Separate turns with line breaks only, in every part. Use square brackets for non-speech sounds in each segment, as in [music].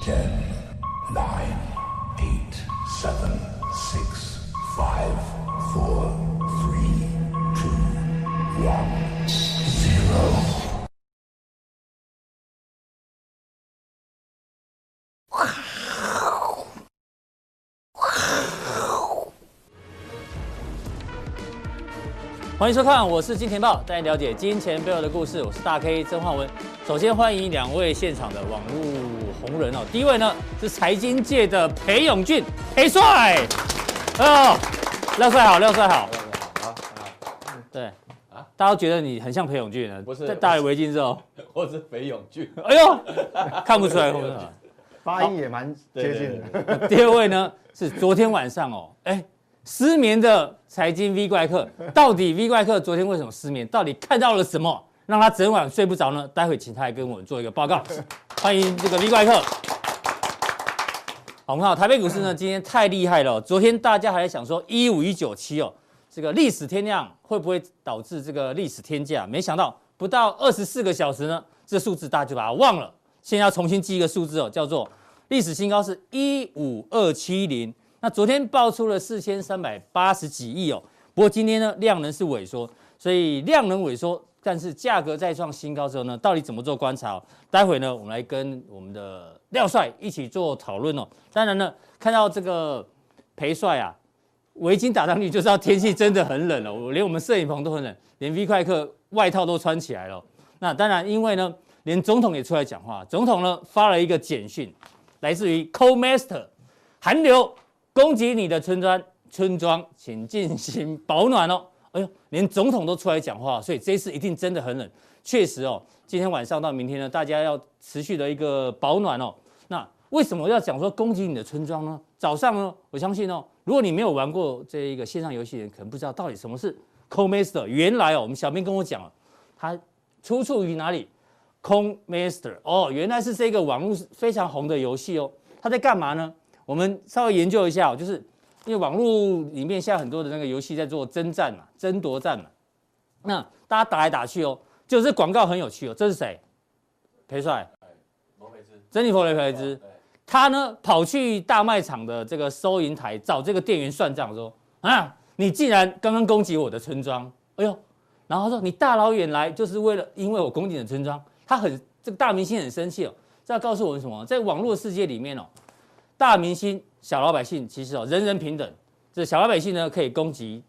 Ten, nine, eight, seven, six, five, four, three, two, one, zero.
欢迎收看，我是金钱豹，带你了解金钱背后的故事。我是大 K 曾焕文。首先欢迎两位现场的网络红人哦，第一位呢是财经界的裴永俊，裴帅，哦，廖帅好，廖帅好，
啊
对啊，大家都觉得你很像裴永俊啊，
不是
在戴围巾之
[laughs]
后，
我是裴永俊，
哎呦，看不出来，看不出来。
发音也蛮接近
对
的。
第二位呢是昨天晚上哦，哎，失眠的财经 V 怪客，到底 V 怪客昨天为什么失眠？到底看到了什么让他整晚睡不着呢？待会请他来跟我们做一个报告。欢迎这个 V 怪客。好，我们看好台北股市呢，今天太厉害了哦、昨天大家还在想说一五一九七哦，这个历史天量会不会导致这个历史天价？没想到不到二十四个小时呢，这数字大家就把它忘了。现在要重新记一个数字哦，叫做历史新高是一五二七零。那昨天爆出了四千三百八十几亿哦，不过今天呢量能是萎缩，所以量能萎缩，但是价格再创新高之后呢，到底怎么做观察、哦？待会呢我们来跟我们的廖帅一起做讨论哦。当然呢，看到这个裴帅啊，围巾打上去就知道天气真的很冷了、我连我们摄影棚都很冷，连 V 快客外套都穿起来了哦。那当然，因为呢，连总统也出来讲话，总统呢发了一个简讯，来自于 Co Master，寒流攻击你的村庄，村庄请进行保暖哦。哎呦，连总统都出来讲话，所以这一次一定真的很冷。确实哦，今天晚上到明天呢，大家要持续的一个保暖哦。那为什么要讲说攻击你的村庄呢？早上呢，我相信哦，如果你没有玩过这一个线上游戏的人，可能不知道到底什么是 Co Master。原来哦，我们小编跟我讲哦，它出处于哪里？Com Master 哦，原来是这个网络非常红的游戏哦。它在干嘛呢？我们稍微研究一下、哦，就是因为网络里面现在很多的那个游戏在做征战嘛、争夺战嘛，那大家打来打去哦，就是广告很有趣哦。这是谁？裴帅，珍妮佛雷培兹，他呢跑去大卖场的这个收银台找这个店员算账，说啊，你竟然刚刚攻击我的村庄，哎呦，然后他说你大老远来就是为了因为我攻击你的村庄，他很这个大明星很生气哦。这要告诉我们什么？在网络世界里面哦，大明星、小老百姓其实哦人人平等。这小老百姓呢可以攻击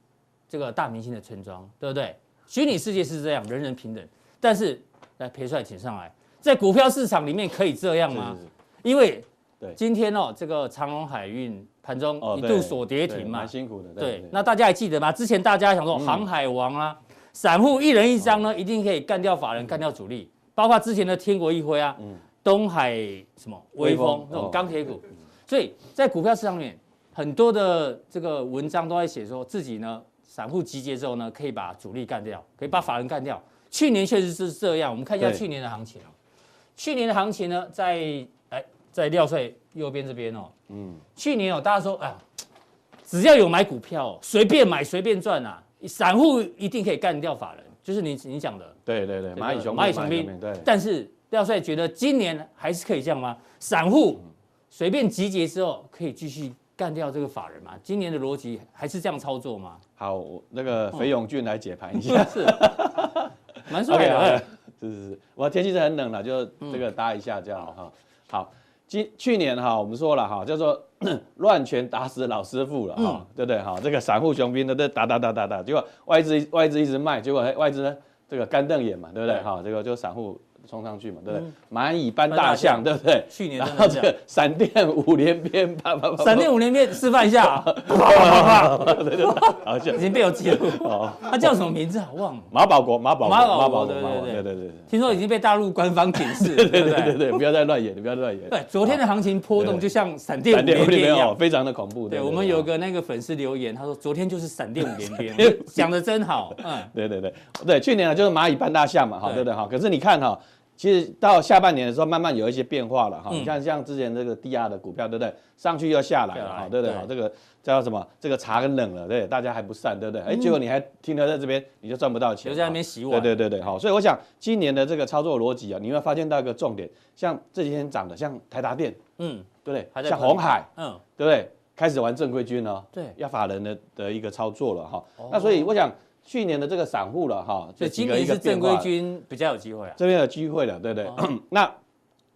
这个大明星的村庄，对不对？虚拟世界是这样，人人平等。但是来裴帅，请上来，在股票市场里面可以这样吗？因为
对
今天哦，这个长荣海运盘中一度锁跌停嘛
哦蛮，辛苦的。嗯
对，那大家还记得吗？之前大家想说航海王啊，散户一人一张
哦
呢，一定可以干掉
嗯
法人、干掉主力，包括之前的天国一辉啊，东海什么威
威风
风那
哦
种钢铁股，所以在股票市场里面，很多的这个文章都在写说自己呢，散户集结之后呢，可以把主力干掉，可以把法人干掉。去年确实是这样，我们看一下
对
去年的行情哦。去年的行情呢，在哎在廖帅右边这边哦，
嗯，
去年哦，大家说，哎呀，只要有买股票、哦，随便买随便赚啊，散户一定可以干掉法人，就是你你讲的。
对对对，蚂蚁雄
蚂蚁雄兵
兵，对，
但是廖帅觉得今年还是可以这样吗？散户随便集结之后，可以继续干掉这个法人吗？今年的逻辑还是这样操作吗？
好，我那
嗯
个裴永俊来解盘一下。
是，蛮帅的。哎
是是是，我天气是很冷了，就这个搭一下这样哈。好，今去年哈，我们说了哈，叫做乱拳打死老师傅了哈，对不对哈？这个散户雄兵的这打打打打打，结果外资外资一直卖，结果哎外资呢这个干瞪眼嘛，对不对哈？这个就散户冲上去嘛，对不对？蚂蚁搬大象，对不对？
去年
然
真
后
的是这
这个
样，
闪电五连鞭，啪啪啪啪，
闪电五连鞭示范一下、啊，
好像
已经被我记录。
哦，
他叫什么名字啊？忘了，
马保国，马保国，
马保国
国
对
马保国
对对
对对对对。
听说已经被大陆官方警示，对不
[laughs] 对
对
对？对，不要再乱演，你不要再乱演。 [laughs]
对，昨天的行情波动
对
就像闪电
闪
五
电
连
五
鞭
连
一
鞭哦，
样。
非常的恐怖。
对，我们
哦
有个那个粉丝留言，他说昨天就是闪电五连鞭，
电
我就讲的真好。嗯，
对对对对，去年啊就是蚂蚁搬大象嘛，哈，
对
对不对哈？可是你看哈，其实到下半年的时候，慢慢有一些变化了哈。
嗯
你看，像之前这个 DR 的股票，对不对？上去又下来
下
了，
来
哈，对不对？
对
哈，这个叫什么？这个茶跟冷了，对，大家还不散，对不对？哎，结果你还停留在这边，你就赚不到
嗯
钱，
留在那
哈
边洗碗
对对对对，好，所以我想今年的这个操作逻辑啊，你会发现到一个重点，像这几天涨的，像台达电，
嗯
对不
还
对？
在
像红海，
嗯，
对不对？开始玩正规军了，
对
要法人的的一个操作了哈。那所以我想去年的这个散户了哈，
所
这
以
几
今
个
年
一个
是正
变化
规
了
军哦比较有机会啊。
这边有机会了，对不对？ [clears throat] 那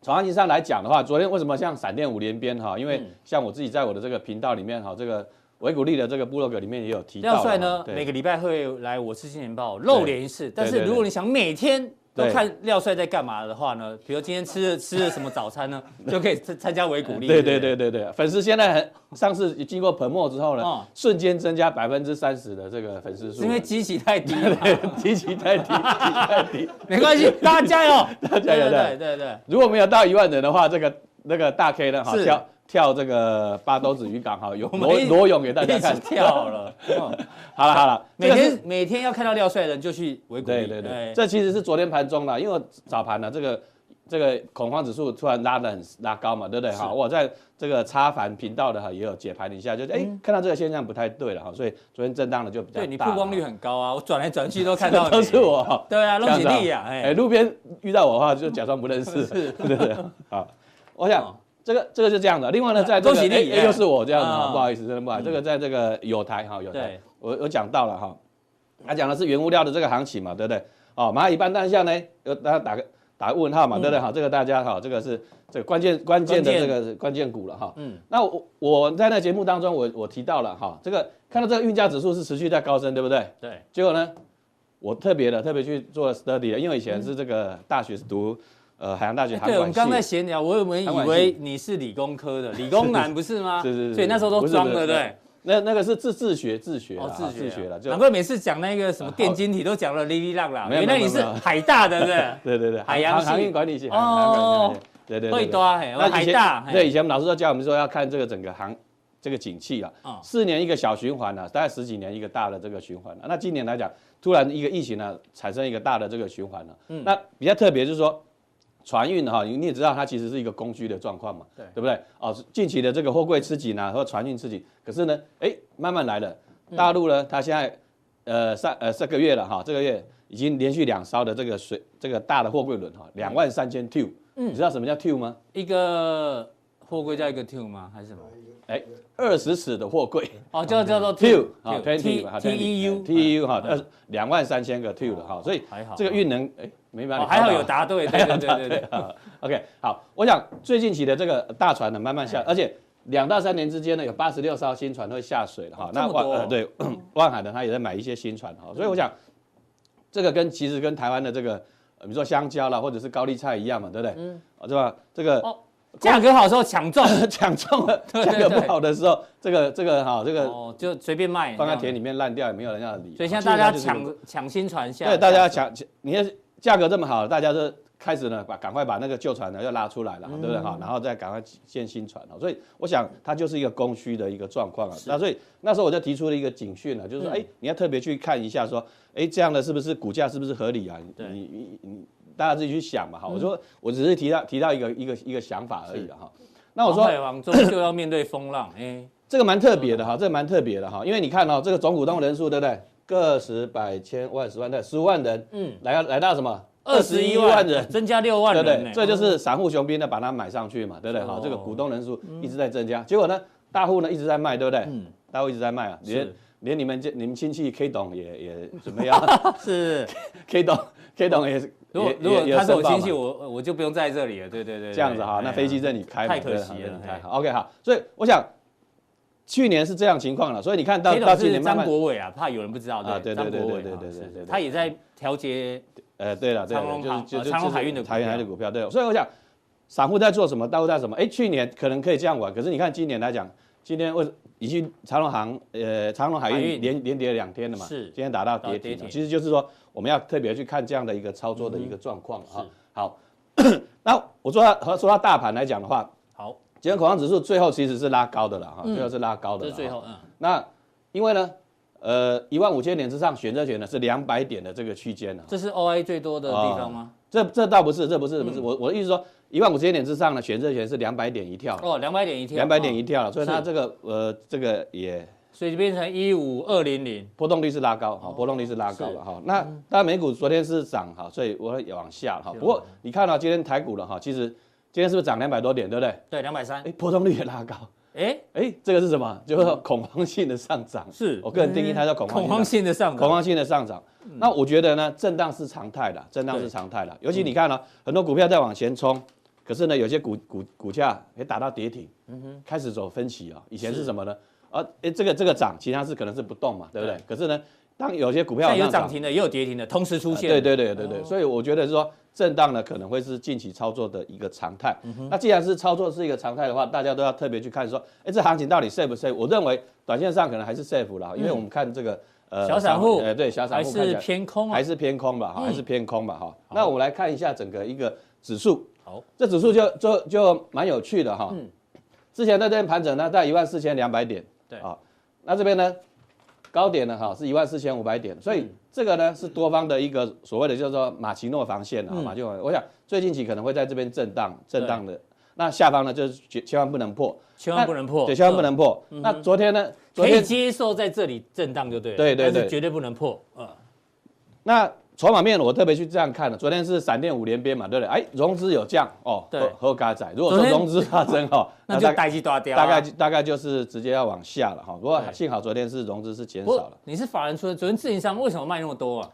从行情上来讲的话，昨天为什么像闪电五连鞭哈？因
嗯
为像我自己在我的这个频道里面哈，这个维古利的这个部落格里面也有提到了
廖
哈。
帅呢，
对
每个礼拜会来我吃金钱豹露脸一次，但是
对对
如果你想每天都
对
看廖帅在干嘛的话呢，比如今天吃
[laughs]
了吃了什么早餐呢，就可以参参加维鼓励。
对
不
对对对对，粉丝现在很上次经过彭墨之后呢
哦，
瞬间增加百分之三十的这个粉丝数，
是
[laughs]
因为基期太低了，
提起太低，提起太低。
没关系，大家加油，
[laughs] 大家加油
对对对对，
如果没有到一万人的话，这个那个大 K 呢，哈
是
跳跳这个八斗子渔港哈，有
我们
裸
一
裸泳给大家
一
看
起。跳了。嗯
好了好了，
每
[laughs] 这个是
天哎每天要看到廖帅的人就去维鼓
对
励。
对对，这其实是昨天盘中了，因为我早盘呢，这个这个恐慌指数突然拉的很拉高嘛，对不对？哈，我在这个插盘频道的哈也有解盘一下，就是哎、看到这个现象不太对了哈，所以昨天震荡的就比
嗯
较大
对
了。
你曝光率很高啊，我转来转去都看
[laughs]
到你
都是。我哈。
[laughs] 对啊，弄
这
起
样子
力呀，
哎，
哎，
路边遇到我的话就假装不
[laughs]
认识，对 [laughs] 对对，好，我想。
哦
这个这个就这样的，另外呢，在这
恭
个
喜你
哎哎又是我这样的哈，
啊
不好意思，真的不好意思。这个在这个有台哈有台
对，
我我讲到了哈，他讲的是原物料的这个行情嘛，对不对？哦，蚂蚁搬蛋下呢，有大家打个打个问号嘛，对不对？好，这个大家哈，这个是这个关键关键的
嗯关键
这个关键股了哈。
嗯
嗯，那我我在那节目当中我我提到了哈，这个看到这个运价指数是持续在高升，对不对？
对，
结果呢，我特别的特别去做 study 的，因为以前是这个大学是读呃海洋大学航
哎对，我
管
们
系，
刚在闲聊，我们以
韩管
为
系
你是理工科的，理工男不是吗？
[laughs] 是是是
所以那时候都
不是
装
不
了，
是
对。
那那个是自自学自学啦啊
哦，自学
自学了，就啊
难怪每次讲那个什么电晶体都讲了哩哩啦啦，
没有
原来
没有
你是
没有？
海大的，对不对
对对对，
海洋
航
系
航运管理系，
哦
航航运管理系 [laughs] 对对对，
会
对
多啊嘿
那以
海
前
大嘿
对以前我们老师都教我们说要看这个整个行这个景气啊
嗯，
四年一个小循环啊，大概十几年一个大的这个循环啊。那今年来讲，突然一个疫情呢，产生一个大的这个循环了。
嗯
那比较特别就是说。船运哈，你你也知道它其实是一个供需的状况嘛，
对
不对？哦，近期的这个货柜吃紧啊，和船运吃紧，可是呢，哎，慢慢来了。
嗯
大陆呢，它现在呃上呃这个月了哈，这个月已经连续两艘的这个水这个大的货柜轮哈，两万三千 t u
嗯
你知道什么叫 t u 吗？
一个货柜叫一个 two 吗？还是什么？
哎，二十尺的货柜
哦，叫叫做
t
two
u 啊
t
，twenty
t e u
t u 哈，二两万三千个 t u 了哈，所以
还好
这个运能哎没办
哦，
法，
还好有答对，对对对对对，
啊 OK，好，我想最近期的这个大船呢，慢慢
哎
下，而且两到三年之间呢，有八十六艘新船会下水了哈。
这么
那万
多嗯哦
呃对， [clears throat] 万海呢，他也在买一些新船哈，所以我想这个跟其实跟台湾的这个，呃比如说香蕉啦，或者是高丽菜一样嘛，对不对？嗯，是吧？这个 [laughs]
哦价格好的时候抢中，
抢中了，
对
价格
对
不好的时候，这个这个哈，这个
哦，就随便卖，
放在
这样
田里面烂掉也没有人要理。
所以现在
哦其实
大
它
家
就是
抢抢新船下，
对，大家抢，你的价格这么好，大家就开始呢，把赶快把那个旧船呢要拉出来了，
嗯
对不对哈？然后再赶快建新船哦。所以我想它就是一个供需的一个状况啊。那所以那时候我就提出了一个警讯了，就是
嗯
说，哎、你要特别去看一下，说，哎，这样的是不是股价是不是合理啊？你
对嗯
你你你大家自己去想嘛哈。我说我只是提到提到一个一个一个想法而已啊了哈。那我说
黄海王中就要面对风浪，哎，
这个蛮特别的哈，这个蛮特别的哈，因为你看哦，这个总股东人数对不对？个十百千万十万对，十五万人， [laughs] 嗯，来到来到什么？
21
万人，
增加六万
对
人
不
呢
对？，这就是散户雄兵呢把它买上去嘛，对不对？
哦嗯
哈，这个股东人数一直在增加，结果呢，大户呢一直在卖，对不对？大户一直在卖啊，连
是
连你们这你们亲戚 K 董也也
[laughs]
准备要
是。
K 董 K 董也是，
如果
也
如果
也也
他是我
申报
亲
嘛
戚，我我就不用在这里了，对对对，对
这样子哈，
哎
那
呀
飞机任你开嘛，
太可
对
惜
哈
了哎
任你开
嘿。
OK 好，所以我想去年是这样情况了，所以你看到
黑
到
董
今
是
年慢
张
慢
国伟啊，怕有人不知道
啊
对
对
张
对
国
对
伟
对
嘛
对
是
对对
他也在调节，
呃，对了，对
长
了，
荣
就是
航
就
呃
就
长荣
就是
海运的股
海运海运的
票
股票，对。所以我想，散户在做什么，大户在什么？哎，去年可能可以这样玩，可是你看今年来讲，今天为已经长荣航呃长荣海
海
运
运
连连跌了两天了嘛，
是
今天打到
打到
跌
跌
停
停
了。
嗯
其实就是说，我们要特别去看这样的一个操作的一个状况
是
啊。好， [coughs] 那我说到和说到大盘来讲的话，
好，
今天恐慌指数最后其实是拉高的了哈，最后是拉高
嗯
的
这
啦
是
哈。
最后嗯
那因为呢，呃，一万五千点之上选择权呢是两百点的这个区间呢、
这是 OI 最多的地方吗？
这这这倒不是，这不是，不
嗯
是我我的意思说，一万五千点之上呢，选择权是两百点一跳，
哦，两百点一天，
两百点一
哦，
跳了，所以它
是
这个呃这个也
所以就变成一五二零零，
波动率是拉高，哈，波动率是拉高
哦
了哈。那
嗯
当然美股昨天是涨哈，所以我也往下
哦
哈。不过你看到今天台股了哈，其实今天是不是涨两百多点，对不对？
对，两百三，
哎，波动率也拉高，
哎，
哎，这个是什么？就是恐慌性的上涨。
嗯是
我个人定义它叫恐慌
恐
性
慌
的
性的上
恐
涨，嗯
慌性的上涨。那我觉得呢，震荡是常态的，震荡是常态的。尤其
嗯
你看呢、哦很多股票在往前冲，可是呢，有些股股股价也打到跌停，
嗯
开始走分歧啊、以前是什么呢？啊，哎，这个这个涨，其他是可能是不动嘛，对不对？可是呢，当有些股票
现在
往
有
上啊
涨停的，也有跌停的，哦同时出现，
对对对对对，所以我觉得说震荡呢可能会是近期操作的一个常态。
嗯
那既然是操作是一个常态的话，大家都要特别去看说，哎，这行情到底 safe 不 safe？我认为短线上可能还是 safe 啦，因为我们看这个呃
嗯小散户
呃对小散
还
户看起
是
来
偏空啊
还，是偏空吧，哈，还是偏空吧，哈。那我们来看一下整个一个指数，
好，嗯
这指数就就就蛮有趣的哈。之前在这边盘整呢，在一万四千两百点，
对
啊，那这边呢高点呢哈是一万四千五百点，所
嗯
以这个呢是多方的一个所谓的叫做马奇诺防线啊，
嗯
马奇诺防线，我想最近期可能会在这边震荡震荡的，那下方呢就是绝千万不能破，
千万不能破，
对，千万不能破。那昨天呢，
嗯，
昨
可以
天
接受在这里震荡就对了，
对对对
但是绝对不能破，嗯，
那筹码面我特别去这样看了，昨天是闪电五连鞭嘛，对不对？哎，融资有降哦，
对
喝嘎仔。如果
昨
说
天
融资大增哦，
[laughs] 那
大
就
概
待机大掉啊，
大概大概就是直接要往下了哈。不过
对
幸好昨天是融资是减
不
少
过
了，
你是法人出身，昨天自营商为什么卖那么多啊？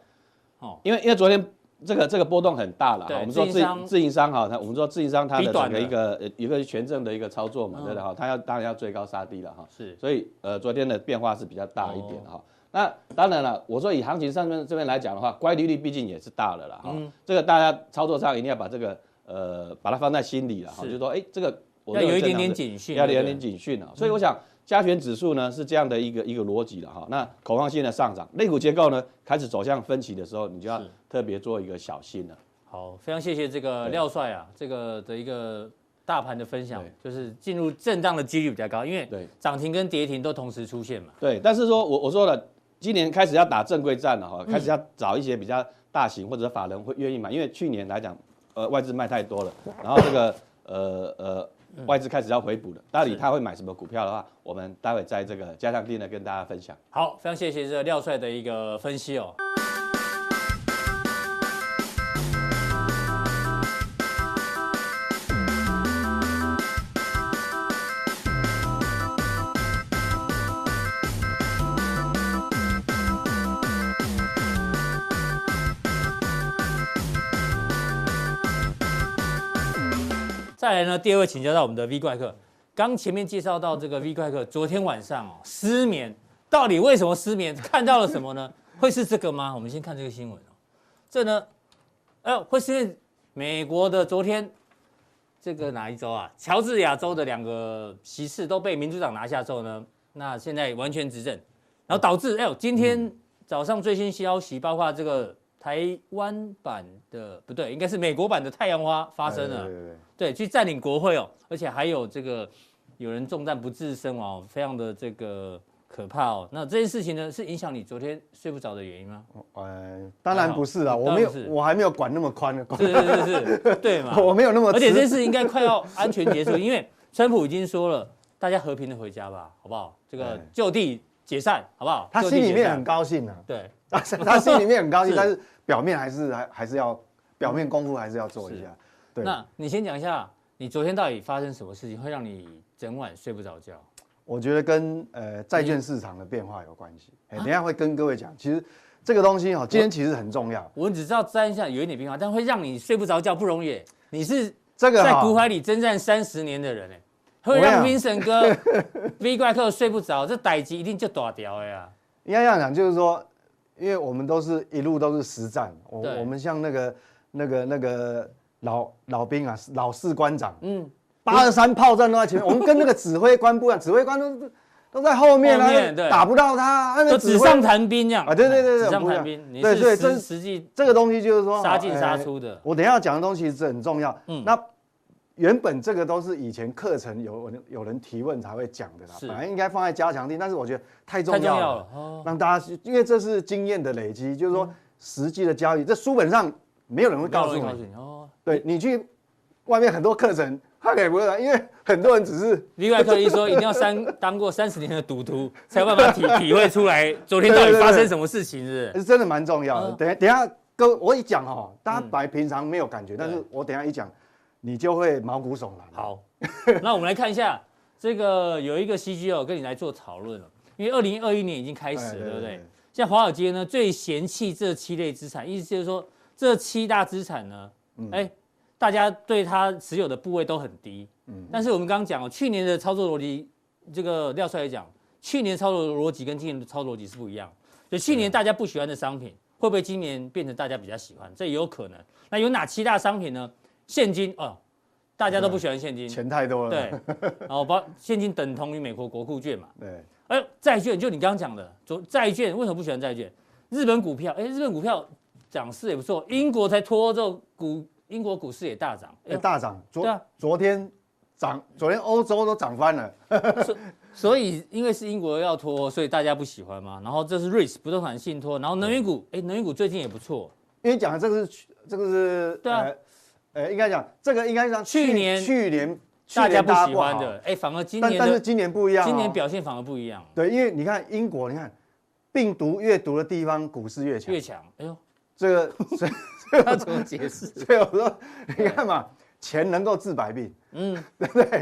因为因为昨天。这个这个波动很大了，
对
哈我们说
自营
自
商
自营商哈，它我们说自营商它
比
的
短
整个
的嗯
一个呃一个权证的一个操作嘛，对不对哈？它要当然要追高杀低了哈。
是
所以呃，昨天的变化是比较大一
哦
点的哈、那当然了，我说以行情上面这边来讲的话，乖离率毕竟也是大了啦哈、
嗯
这个大家操作上一定要把这个呃把它放在心里了哈，
是
就是说哎，这个我
要
认为
有一
正
点
常
点
是
警讯，
要
对
有
不对嗯
点警讯啊。所以我想加权指数呢是这样的一个一个逻辑了哈。那恐慌性的上涨，类股结构呢开始走向分歧的时候，你就要
是
特别做一个小心了。
好，非常谢谢这个廖帅啊，这个的一个大盘的分享
对，
就是进入震荡的几率比较高，因为
对
涨停跟跌停都同时出现嘛。
对，但是说我我说了，今年开始要打正规战了哈，开始要找一些比较大型或者法人会愿意买，因为去年来讲，呃，外资卖太多了，然后这个呃呃外资开始要回补了，到底他会买什么股票的话，我们待会在这个加强地呢跟大家分享。
好，非常谢谢这个廖帅的一个分析哦。再来呢，第二位请教到我们的 V 怪客，刚前面介绍到这个 V 怪客，昨天晚上哦失眠，到底为什么失眠？看到了什么呢？ [laughs] 会是这个吗？我们先看这个新闻哦，这呢，呃，会是因为美国的昨天这个哪一州啊？乔治亚州的两个席次都被民主党拿下之后呢，那现在完全执政，然后导致哎呦，今天早上最新消息，包括这个台湾版的不对，应该是美国版的太阳花发啊生了。
对对对
对，去占领国会哦，而且还有这个有人中弹不治身亡、哦，非常的这个可怕哦。那这件事情呢，是影响你昨天睡不着的原因吗？
呃，当然不是啦，
还好
我没有
当然不，是
我还没有管那么宽的，管
是是是是，对嘛？
[laughs] 我没有那么直，
而且这件事应该快要安全结束，因为川普已经说了，大家和平的回家吧，好不好？这个
哎
就地解散，好不好？
他
就
心
地
里
解
面
散
很高兴啊，
对，
[laughs] 他心里面很高兴，
是
但是表面还是还还是要表面功夫还是要做一下。对，
那你先讲一下，你昨天到底发生什么事情会让你整晚睡不着觉？
我觉得跟呃债券市场的变化有关系。
啊
哎，等一下会跟各位讲，其实这个东西哦哈，今天其实很重要。
我只知道沾一下有一点变化，但会让你睡不着觉不容易。你是
这个
在
哈
股海里征战三十年的人呢、会
我
让
想
Vincent 哥、V 怪客睡不着，这歹集一定就打掉了呀。
应该这样讲，就是说，因为我们都是一路都是实战，我
对
我们像那个那个那个老老兵啊，老士官长，嗯，八二三炮战都在前面，我们跟那个指挥官不一
[laughs]
样，指挥官都都在后面
后面
啊，
对
打不到他，他
就
那
纸
指
上
挥
谈兵这样
啊对对对对
纸上
不一
谈
样
兵，你
对
是
对这
实
是
实际
这个东西就是说
杀进杀。
哎
出的，
我等一下讲的东西是很重要，嗯，那。原本这个都是以前课程有人有人提问才会讲的啦，
是
本来应该放在加强地，但是我觉得太哎重
太重
要
要
了
了。，哦
让大家去，因为这是经验的累积，就是说实际的交易。这书本上没有人会告
嗯
诉
没有人
你。
你哦。
对你去外面很多课程，他也不会来，因为很多人只是
另外一个人说，一定要三 [laughs] 当过三十年的赌徒，才有办法体 [laughs] 体会出来昨天到底发生什么事情，是不是？
是真的蛮重要的。
嗯
等一下等一下，哥，我一讲哈，大家白平常没有感觉，但是我等一下一讲，你就会毛骨悚然。
好，那我们来看一下这个有一个 CG 哦，跟你来做讨论了，因为二零二一年已经开
哎，
始了，对不对？
对
像华尔街呢，最嫌弃这七类资产，意思就是说这七大资产呢，
嗯
哎、大家对它持有的部位都很低。
嗯
但是我们刚刚讲哦，去年的操作逻辑，这个廖帅也讲，去年操作逻辑跟今年的操作逻辑是不一样。所以去
啊
年大家不喜欢的商品，会不会今年变成大家比较喜欢？这也有可能。那有哪七大商品呢？现金哦，大家都不喜欢现金，
钱太多了。
对，然后把现金等同于美国国库券嘛。
对，
哎，债券就你刚刚讲的，昨债券为什么不喜欢债券？日本股票，哎，日本股票涨势也不错，英国才脱欧之后，股英国股市也大涨，
哎
哎，
大涨，
对
昨
啊
昨天涨，昨天欧洲都涨翻了。
所以因为是英国要脱欧，所以大家不喜欢嘛。然后这是瑞 i 不动产信托，然后能源股，哎，能源股最近也不错，
因为讲的这个是这个是
对啊
呃，呃应该讲这个应该讲
去年
去年
大家不喜
去
欢
年
的，哎，反而今
大家
年
不好，但但是
的
今年不一样哦，
今年表现反而不一样，
对，因为你看英国，你看病毒越毒的地方，股市越强
越。强。哎
[laughs]
呦，
这个所以
他怎么解释？
所以我说，你看嘛，钱能够治百病，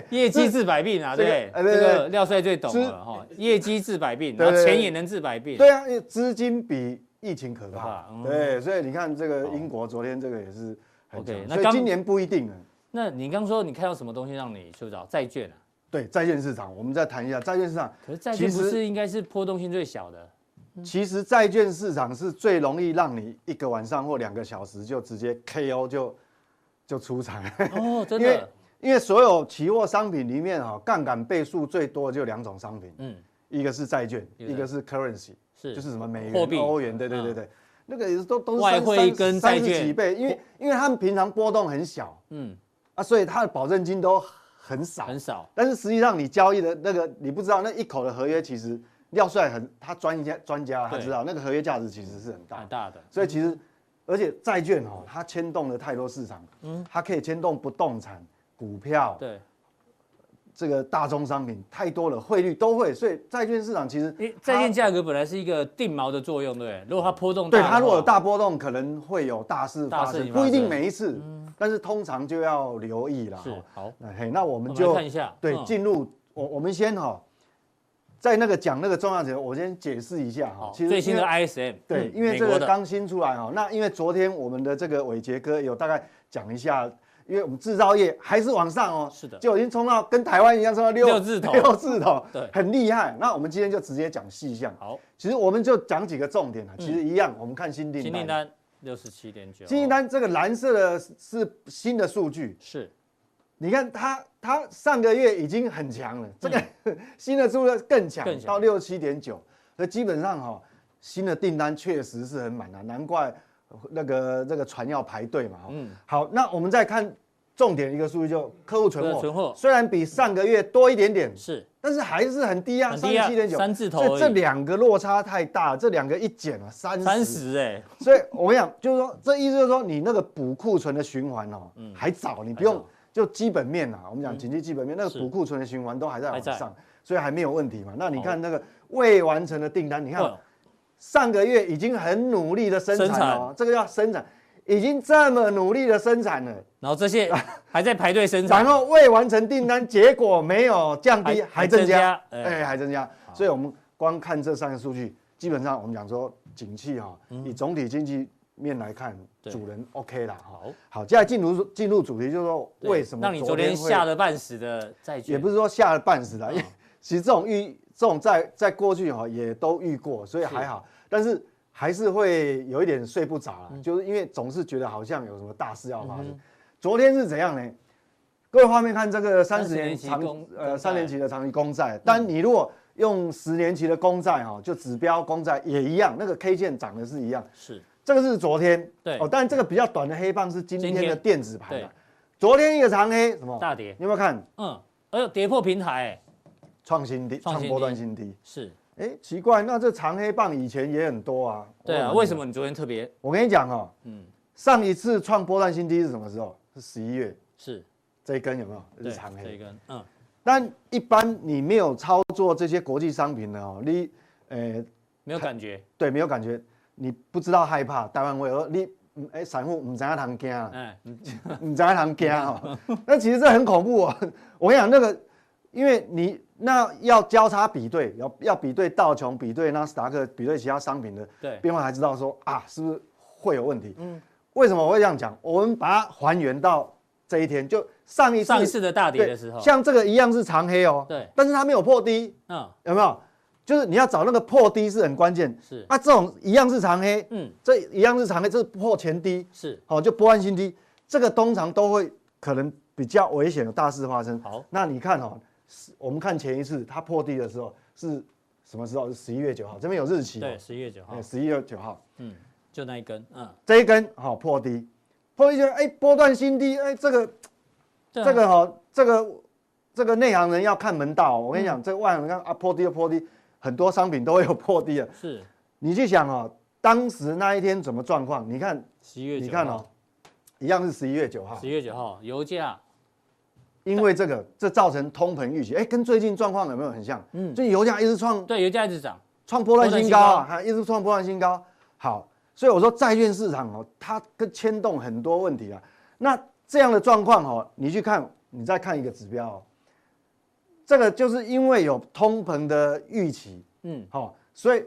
业绩治百病啊，
这个
对，这
哎对对
个廖帅最懂
资
了哈。业绩治百病，
对
然后
对对
钱也能治百病。
对啊，因为资金比疫情可怕
可怕嗯。
对，所以你看这个英国昨天这个也是很
OK，
强，
那
所以
刚
今年不一定了。
那你刚说你看到什么东西让你睡不着？债券啊，
对债券市场，我们再谈一下债券市场。
可是债券
其
不
实
是应该是波动性最小的？
其实债券市场是最容易让你一个晚上或两个小时就直接 KO 就就出场， [laughs]
哦，真
因为
的，
因为所有期货商品里面哈、哦杠杆倍数最多就两种商品，
嗯，
一个是债券，
一个是
一个是 currency，
是，
就是什么美
货币
元、欧元，对对
嗯
对对，那个也是都都是
外
三
汇
三
跟
三
债
十
券
几倍，因为因为他们平常波动很小
嗯，
啊，所以它的保证金都很少，
很少，
但是实际上你交易的那个你不知道那一口的合约，其实廖帅很他专家专家他
对嗯
知道那个合约价值其实是很大
蛮，大的，
所以其实而且债券哦，它牵动了太多市场，嗯，它可以牵动不动产、股票、
对，
这个大宗商品太多了，汇率都会，所以债券市场其实
因为债券
它
价格本来是一个定锚的作用，对不对，如果它波动大
嗯对
的话，
它如果有大波动，可能会有大事
大
发
事
生，
情
不
发
一定
生嗯
每一次，但是通常就要留意啦。
是
哦
好，
那嘿，那我
我
们
们
就
来看一下，
对，
嗯
进入我我们先哈、在那个讲那个重要前，我先解释一下哈、
好，
其实
最新
因
的
为
ISM，
对
嗯，
因为
美
这
国
个
的
刚新出来哈、那因为昨天我们的这个伟杰哥有大概讲一下，因为我们制造业还是往上哦，
是的
就已经冲到跟台湾一样冲到六
六字头
六字头，
对
很厉害。那我们今天就直接讲细项，
好，
其实我们就讲几个重点啊，其实一样，我们看新订
嗯新订
单。
单六十七点九，
新订单这个蓝色的是是新的数据，
是
你看它，它上个月已经很强了，这个、新的数字更强，
嗯更强
到六七点九，所以基本上哈、哦新的订单确实是很满啊，难怪呃那个这个船要排队嘛、哦。
嗯
好，那我们再看重点一个数据，就客户存
客户
货，
存货
虽然比上个月多一点点，
是，
但是还是很低啊，
很
三
低
十
啊
七点九，
三字头
所以这
而已
两个落差太大，这两个一减啊，三
三十哎，
所以我跟你讲，就是说，这意思就是说，你那个补库存的循环哦，还早，你不
嗯还
用
早
就基本面啊，我们讲经济基本面，那
是
个补库存的循环都还在
还
往
在
上，所以还没有问题嘛。那你
好嗯
看那个未完成的订单，你看
哇
上个月已经很努力的生
生
产哦
产，
这个叫生产，已经这么努力的生产了，
然后这
[laughs]
些还在排队生产
然，后未完成订单，结果没有降低，
还
还增加，
还增加
哎，
哎
还增加。所以我们光看这三个数据，基本上我们讲说景气哈，以总体经济面来看，
嗯对
主人 OK 啦哈。
好，
好，接下来进入进入主题，就是说
对
为什么
让你昨天
会
吓，了半死的债券，
也不是说吓了半死啦，
嗯
因为其实这种遇这种在在过去哈也都遇过，所以还好，但是。还是会有一点睡不着
嗯
啦，就是因为总是觉得好像有什么大事要发生。昨天是怎样呢？各位画面看这个三十
30
年
年期
长
公
呃
公
三
债嗯
年期的长期公债，但你如果用十年期的公债哈，就指标公债也一样，那个 K 线涨的是一样。
是
这个是昨天，
对嗯
哦，但这个比较短的黑棒是今天
今
的
天
电子盘
对
啊。昨天一个长黑什么
大跌
你有没有看
嗯，哎呦，跌破平台哎，
创新低，
创
创
新低
波段新低？
是
哎，奇怪，那这长黑棒以前也很多啊。
对啊，
我
为什么你昨天特别
我跟你讲哦，嗯，上一次创波段新低是什么时候？是十一月
是，
这一根有没有？
对
日长，
这一
黑。
根，嗯，
但一般你没有操作这些国际商品的哦，你呃
没有感觉，
对没有感觉，你不知道害怕，台湾会说你嗯哎散户唔知影通惊啊。
哎，嗯
[laughs] 你在他们家哦，
[laughs]
那其实这很恐怖哦。 [laughs] 我跟你讲，那个，因为你那要交叉比对，要要比对道琼，比对纳斯达克，比对其他商品的
对，
变化，才知道说啊，是不是会有问题？嗯，为什么我会这样讲？我们把它还原到这一天，就上一次
上一次的大跌
对
的时候，
像这个一样是长黑哦，
对
但是它没有破低，
嗯，
有没有？就是你要找那个破低是很关键。
是，
啊，这种一样是长黑，
嗯，
这一样是长黑，这是破前低，
是，
好、哦就波段新低，这个通常都会可能比较危险的大事发生。
好，
那你看哦，是我们看前一次它破低的时候是什么时候？是十一月九号，这边有日期、
对，
哦，
十一月九号，
十一月九号
嗯，就那一根，嗯，
这一根好、破低，破低就是哎波段新低，哎这个、
对啊
这个哈、哦、这个这个内行人要看门道哦、我跟你
嗯
讲，这个外行人看啊破低就破低，很多商品都会有破低的。
是
你去想哦，当时那一天怎么状况？你看
十一月，
你看哦，，一样是十一月九号
十，一月九号，油价，
因为这个，这造成通膨预期，哎，跟最近状况有没有很像？
嗯
嗯，最近油价一直创
对，油价一直涨，
创波段新高
波
啊，还一直创波段新高。好，所以我说债券市场哦，它跟牵动很多问题啊。那这样的状况哦，你去看，你再看一个指标哦，这个就是因为有通膨的预期，
嗯，
好、所以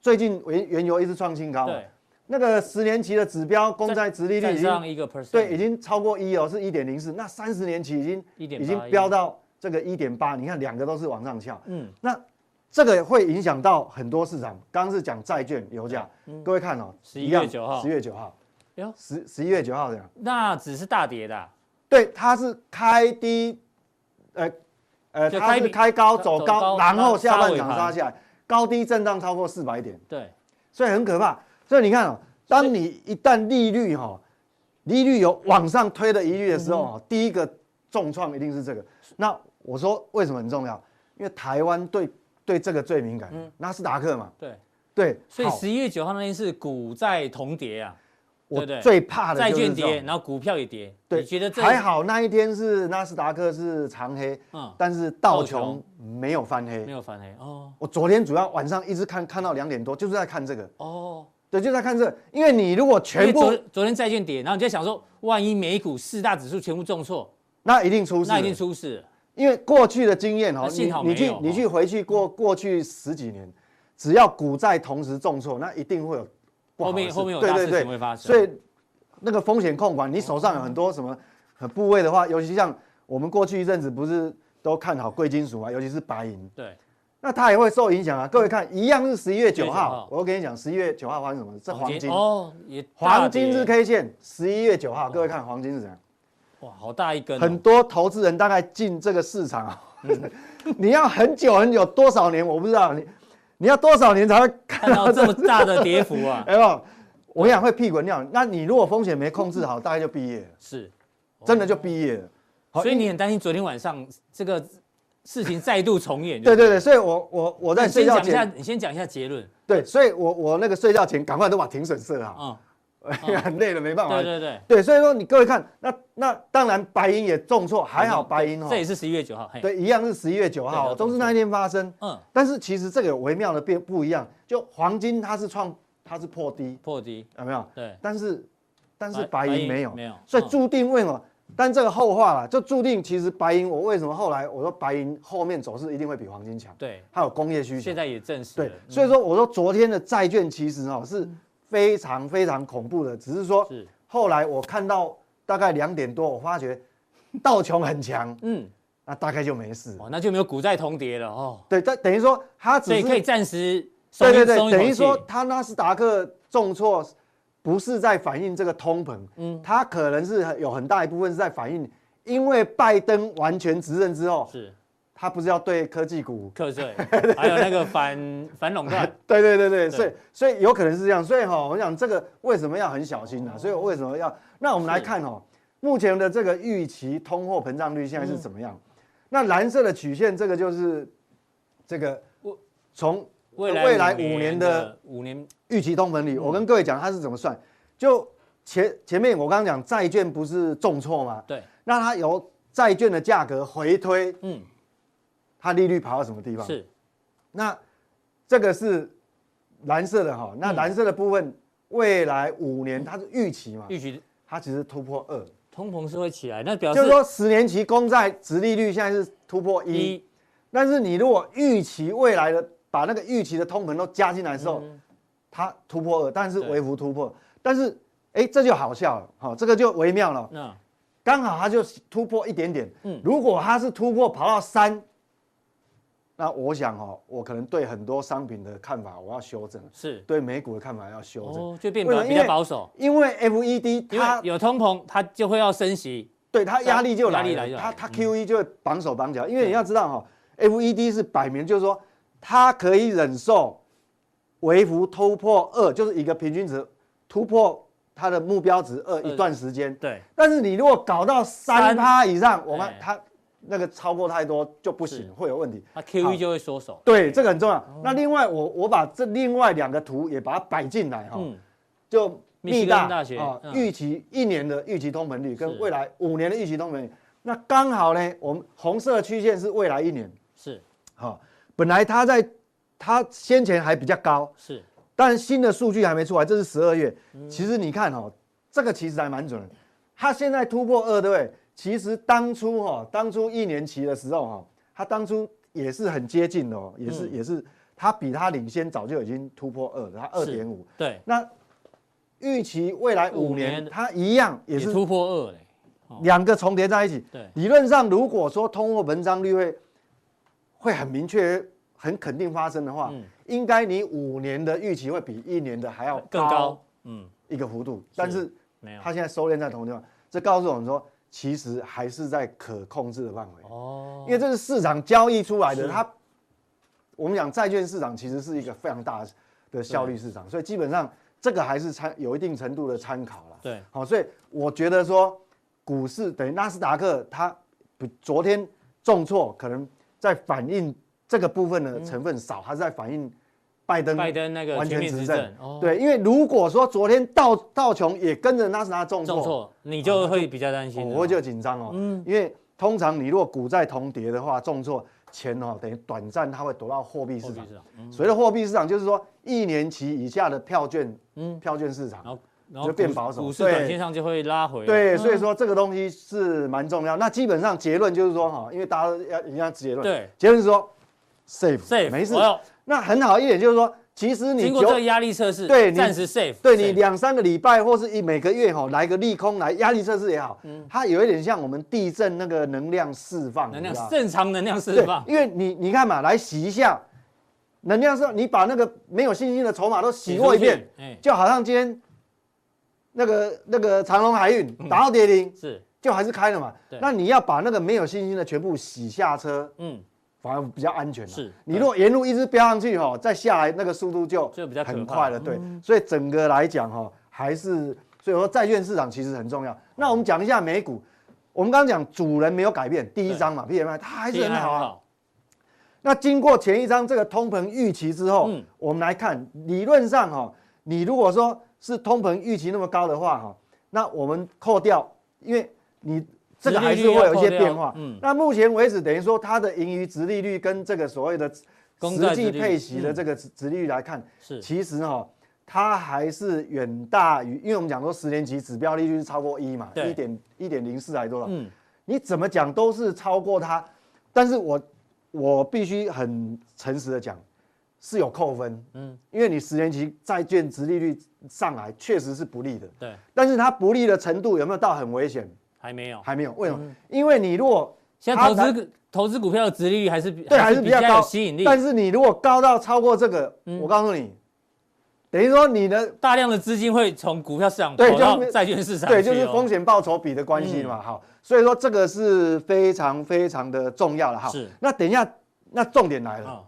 最近原原油一直创新高，哦
对，，
那个十年期的指标公债殖利率
站
已经
上一个 percent，
对，已经超过一哦，是一点零四。那三十年期已经
1.81
已经飙到这个一点八，你看两个都是往上翘。
嗯，
那这个会影响到很多市场。刚刚是讲债券、油价，
嗯
各位看哦，
11月9号
十月九号
哎呦，
十十一月九号这样。
那只是大跌的啊，
对，它是开低，呃呃，
就
它
开
是
低
开高
走
走
高
高，然后
杀
下半
尾
场
盘
杀下来，高低震荡超过四百点。
对，
所以很可怕。所以你看哦，当你一旦利率哈、哦利率有往上推的疑虑的时候、
嗯
哦，第一个重创一定是这个。那我说为什么很重要？因为台湾对对这个最敏感，纳斯达克嘛，
对，
对，
嗯所以
好
十一月九号那天是股债同跌啊，对
我
不对
最怕的
债
就是
券
这种
跌，然后股票也跌，
对，
你觉得这
还？好那一天是纳斯达克是长黑，
嗯
但是道
道
琼没有翻黑
没。有翻黑哦
我昨天主要晚上一直看看到两点多，就是在看这个，
哦，
对，就在看这个因为你如果
因为
全部
昨昨天债券跌，然后你就想说，万一美股四大指数全部重挫，
那一定出事了，
那一定出事了。
因为过去的经验
那
哦，
啊幸
你
好
你
没
去
有嗯
你去回去过过去十几年，只要股债同时重挫，那一定会有不好
后
的
面
事
后面有
对
大
对
事情
对，
会发生，
所以那个风险控管，你手上有很多什么呃部位的话，尤其像我们过去一阵子不是都看好贵金属啊嘛，尤其是白银，
对
那它也会受影
嗯
响啊。各位看，一样是十一月
9
九
号
号，我跟你讲，十一月九号发生什么事？这黄金，
哦也大
黄
跌
金日 K 线，十一月九号，各位看黄金是怎样？
哇好大一根哦，
很多投资人大概进这个市场啊， [laughs] 你要很久很久多少年我不知道，你你要多少年才会看
看
到
到
这
这
么
么大的跌幅
[laughs]
啊，
哎呦，我跟你讲会屁滚尿。那你如果风险没控制好，大概就毕业了，
是，
真的就毕业了。好
哦所以你很担心昨天晚上这个事情再度重演。
对对
不
对，，所以我我我在
你先
睡觉
讲一下，
前，
你先讲一下结论
对，所以我我那个睡觉前赶快都把停损设好，
啊。
很累了 [laughs] 没办法
对。对对，
对，所以说你各位看，那那当然白银也重挫，还好白银哦
嗯这，也是十一月九号。嘿，
对，一样是十一月九
对
号，
都
都是
重挫
那一天发生。
嗯，
但是其实这个有微妙的变不一样，就黄金它是创它是破低，
破低，
有没有？
对，
但是但是
白白
白
银
银没有，
没有
所以
嗯
注定为什么？但这个后话啦，就注定其实白银，我为什么后来我说白银后面走势一定会比黄金强？
对，
还有工业需求。
现在嗯也证实了。
对，所以说我说昨天的债券其实哦是非常非常恐怖的，只是说
是
后来我看到大概两点多，我发觉道琼很强，
嗯，
那大概就没事。
哦，那就没有股债同跌了哦，
对，但等于说它只
所以
是
可以暂时松
对
一
对
松一口
对，等于
气
说它纳斯达克重挫，不是在反映这个通膨，嗯，它可能是很有很大一部分是在反映，因为拜登完全执政之后，
是
他不是要 [laughs] 对科技股，
课税，还有那个反反垄
[laughs]
断，
对对对
[laughs] 对
对，所以所以有可能是这样，所以哈、我想这个为什么要很小心呢、所以我为什么要？那我们来看哦，目前的这个预期通货膨胀率现在
嗯
是怎么样？那蓝色的曲线，这个就是这个
我
从
未来
未来
五
五年
年
的
的五年嗯
预期通膨率，我跟各位讲它是怎么算，就前前面我刚刚讲债券不是重挫吗？
对，
那它由债券的价格回推，
嗯，
它利率跑到什么地方？
是
那这个是蓝色的哈，那蓝色的部分、未来
嗯
五年它是预期嘛，
预期
它其实突破二，
通膨是会起来，那表示
就是说十年期公债值利率现在是突破一，
一
但是你如果预期未来的把那个预期的通膨都加进来的时候，它突破二，但是
嗯对
微幅突破，但是哎、这就好笑了，好、这个就微妙了，
那
刚好它就突破一点点，
嗯
如果它是突破跑到三。那我想哦，我可能对很多商品的看法我要修正了。
是
对美股的看法要修正。
哦，就变
为
得
了
比
因
较
为
保守，
因为 FED
因为
它
有通膨，它就会要升息，
对它压力就来
啊压力来就
了，
来嗯
它它 QE E 就会绑手绑脚，因为你要知道哈、FED 是摆明就是说它可以忍受微幅突破二，就是一个平均值突破它的目标值二
二
一段时间，
对，
但是你如果搞到三
三
趴以上，我们
哎
它那个超过太多就不
是
行，会有问题。
它
好
QE 就会缩手，
对，这个很重要。
哦
那另外我我把这另外两个图也把它摆进来哈、
嗯，
就
密西
密
根
大
大学
啊
嗯，
预期一年的预期通膨率
是
跟未来五年的预期通膨率，那刚好呢，我们红色曲线是未来一年，
是
哈、本来它在它先前还比较高，
是，
但新的数据还没出来，这是十二月。其实你看哦，这个其实还蛮准的，它现在突破二，对不对？其实当初哈、哦，当初一年期的时候哈、哦，它当初也是很接近的哦，也是、也是它比它领先早就已经突破二了，它二点五。
对，
那预期未来
五
五
年
年，它一样也
也
是
突破二嘞，
两个重叠在一起。
对
理论上如果说通货膨胀率会会很明确、很肯定发生的
嗯
话，应该你五年的预期会比一年的还要
更高，嗯，
一个幅度。但是
没有，
它现在收敛在同一个地方，这告诉我们说，其实还是在可控制的范围。
哦，
因为这是市场交易出来的，它我们讲债券市场其实是一个非常大的效率市场，所以基本上这个还是参有一定程度的参考了。
对
好，所以我觉得说股市等于纳斯达克它比昨天重挫，可能在反映这个部分的成分少，它是在反映拜登
嗯拜登那个
完
全面
全执
执
政
政，。哦，
对，因为如果说昨天道道琼也跟着纳斯达克重
重
挫，
挫嗯你就会比较担心了，
我就紧张哦，因为通常你如果股债同跌的话，重挫钱哦，等于短暂它会躲到货币
货
市
币
场
市。场，嗯
所谓的货币市场，就是说一年期以下的票券，
嗯
票券市
然
场
后。然后
就变
股
保守
股市短
对
线上就会拉回来，
对，
嗯
所以说这个东西是蛮重要。那基本上结论就是说哈，因为大家都要人家结论，
对，
结论是说 safe
safe
没事
我。要
那很好一点就是说，其实你
经过这个
九
压力测试，
对你
暂时 safe，
对你
safe
两三个礼拜或是一每个月哈来个利空来压力测试也好，它有一点像我们地震那个能量释放，
嗯能
你知道
量
吗
正常能量释
对，
放，
因为你你看嘛，来洗一下能量是，你把那个没有信心的筹码都洗
洗
过一
出去
遍，
哎，
就好像今天那个那个长隆海运
嗯
打到跌停，
是，
就还是开了嘛
对。
那你要把那个没有信心的全部洗下车，
嗯，
反而比较安全、啊。
是
你如果沿路一直飙上去哈，再下来那个速度就
就比较可怕
很快了。对，所以整个来讲哈，还是所以说债券市场其实很重要。那我们讲一下美股，我们刚刚讲主人没有改变，第一章嘛 P M I 它还是
E
很好啊。，那经过前一章这个通膨预期之后，
嗯
我们来看，理论上哈、你如果说是通膨预期那么高的话哈、那我们扣掉，因为你这个还是会有一些变化。
殖利率要扣掉嗯
那目前为止，等于说它的盈余值利率跟这个所谓的
公债
实
殖利率嗯
际配息的这个值值利率来看，
是
其实哈、它还是远大于，因为我们讲说十年期指标利率是超过一嘛，
对
一点一点零四还多少？
嗯，
你怎么讲都是超过它，但是我我必须很诚实的讲，是有扣分，嗯，因为你十年期债券值利率上来确实是不利的，
对，
但是它不利的程度有没有到很危险？
还没有，
还没有，为什么？因为你如果
现在投
它
资投资股票的殖利率还是比
对还啊是比
比
较高
有吸引力，
但是你如果高到超过这个，我告诉你，等于说你的
大量的资金会从股票市场
对
跑到
就是
债券市场去哦，
对，就是风险报酬比的关系嘛。好，所以说这个是非常非常的重要了哈。
是
那等一下，那重点来了。
哦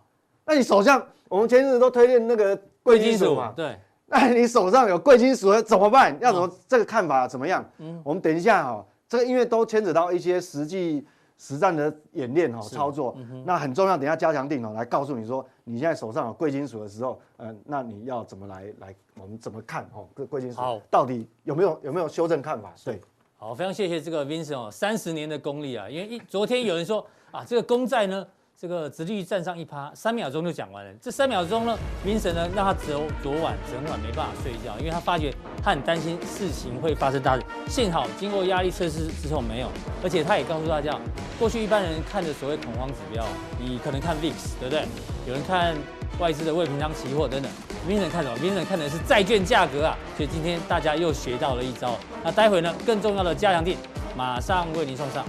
那你手上，我们前阵子都推荐那个贵金属嘛，
对，
[laughs] 那你手上有贵金属的怎么办？要怎么、这个看法怎么样？我们等一下哈、哦，这个因为都牵扯到一些实际实战的演练哈、操作，那很重要。等一下加强定哦来告诉你说，你现在手上有贵金属的时候，呃，那你要怎么来来，我们怎么看哦，这贵金属
好
到底有没有有没有修正看法？对，
好，非常谢谢这个 Vincent 哦，三十年的功力啊，因为一昨天有人说啊，这个公债呢，这个殖利率站上一趴，三秒钟就讲完了。这三秒钟呢，Vincent 呢让他昨昨晚整晚没办法睡觉，因为他发觉他很担心事情会发生大事。幸好经过压力测试之后没有，而且他也告诉大家，过去一般人看的所谓恐慌指标，你可能看 VIX，对不对？有人看外资的未平仓期货等等。Vincent 看什么？Vincent 看的是债券价格啊，所以今天大家又学到了一招。那待会呢，更重要的加强定马上为您送上。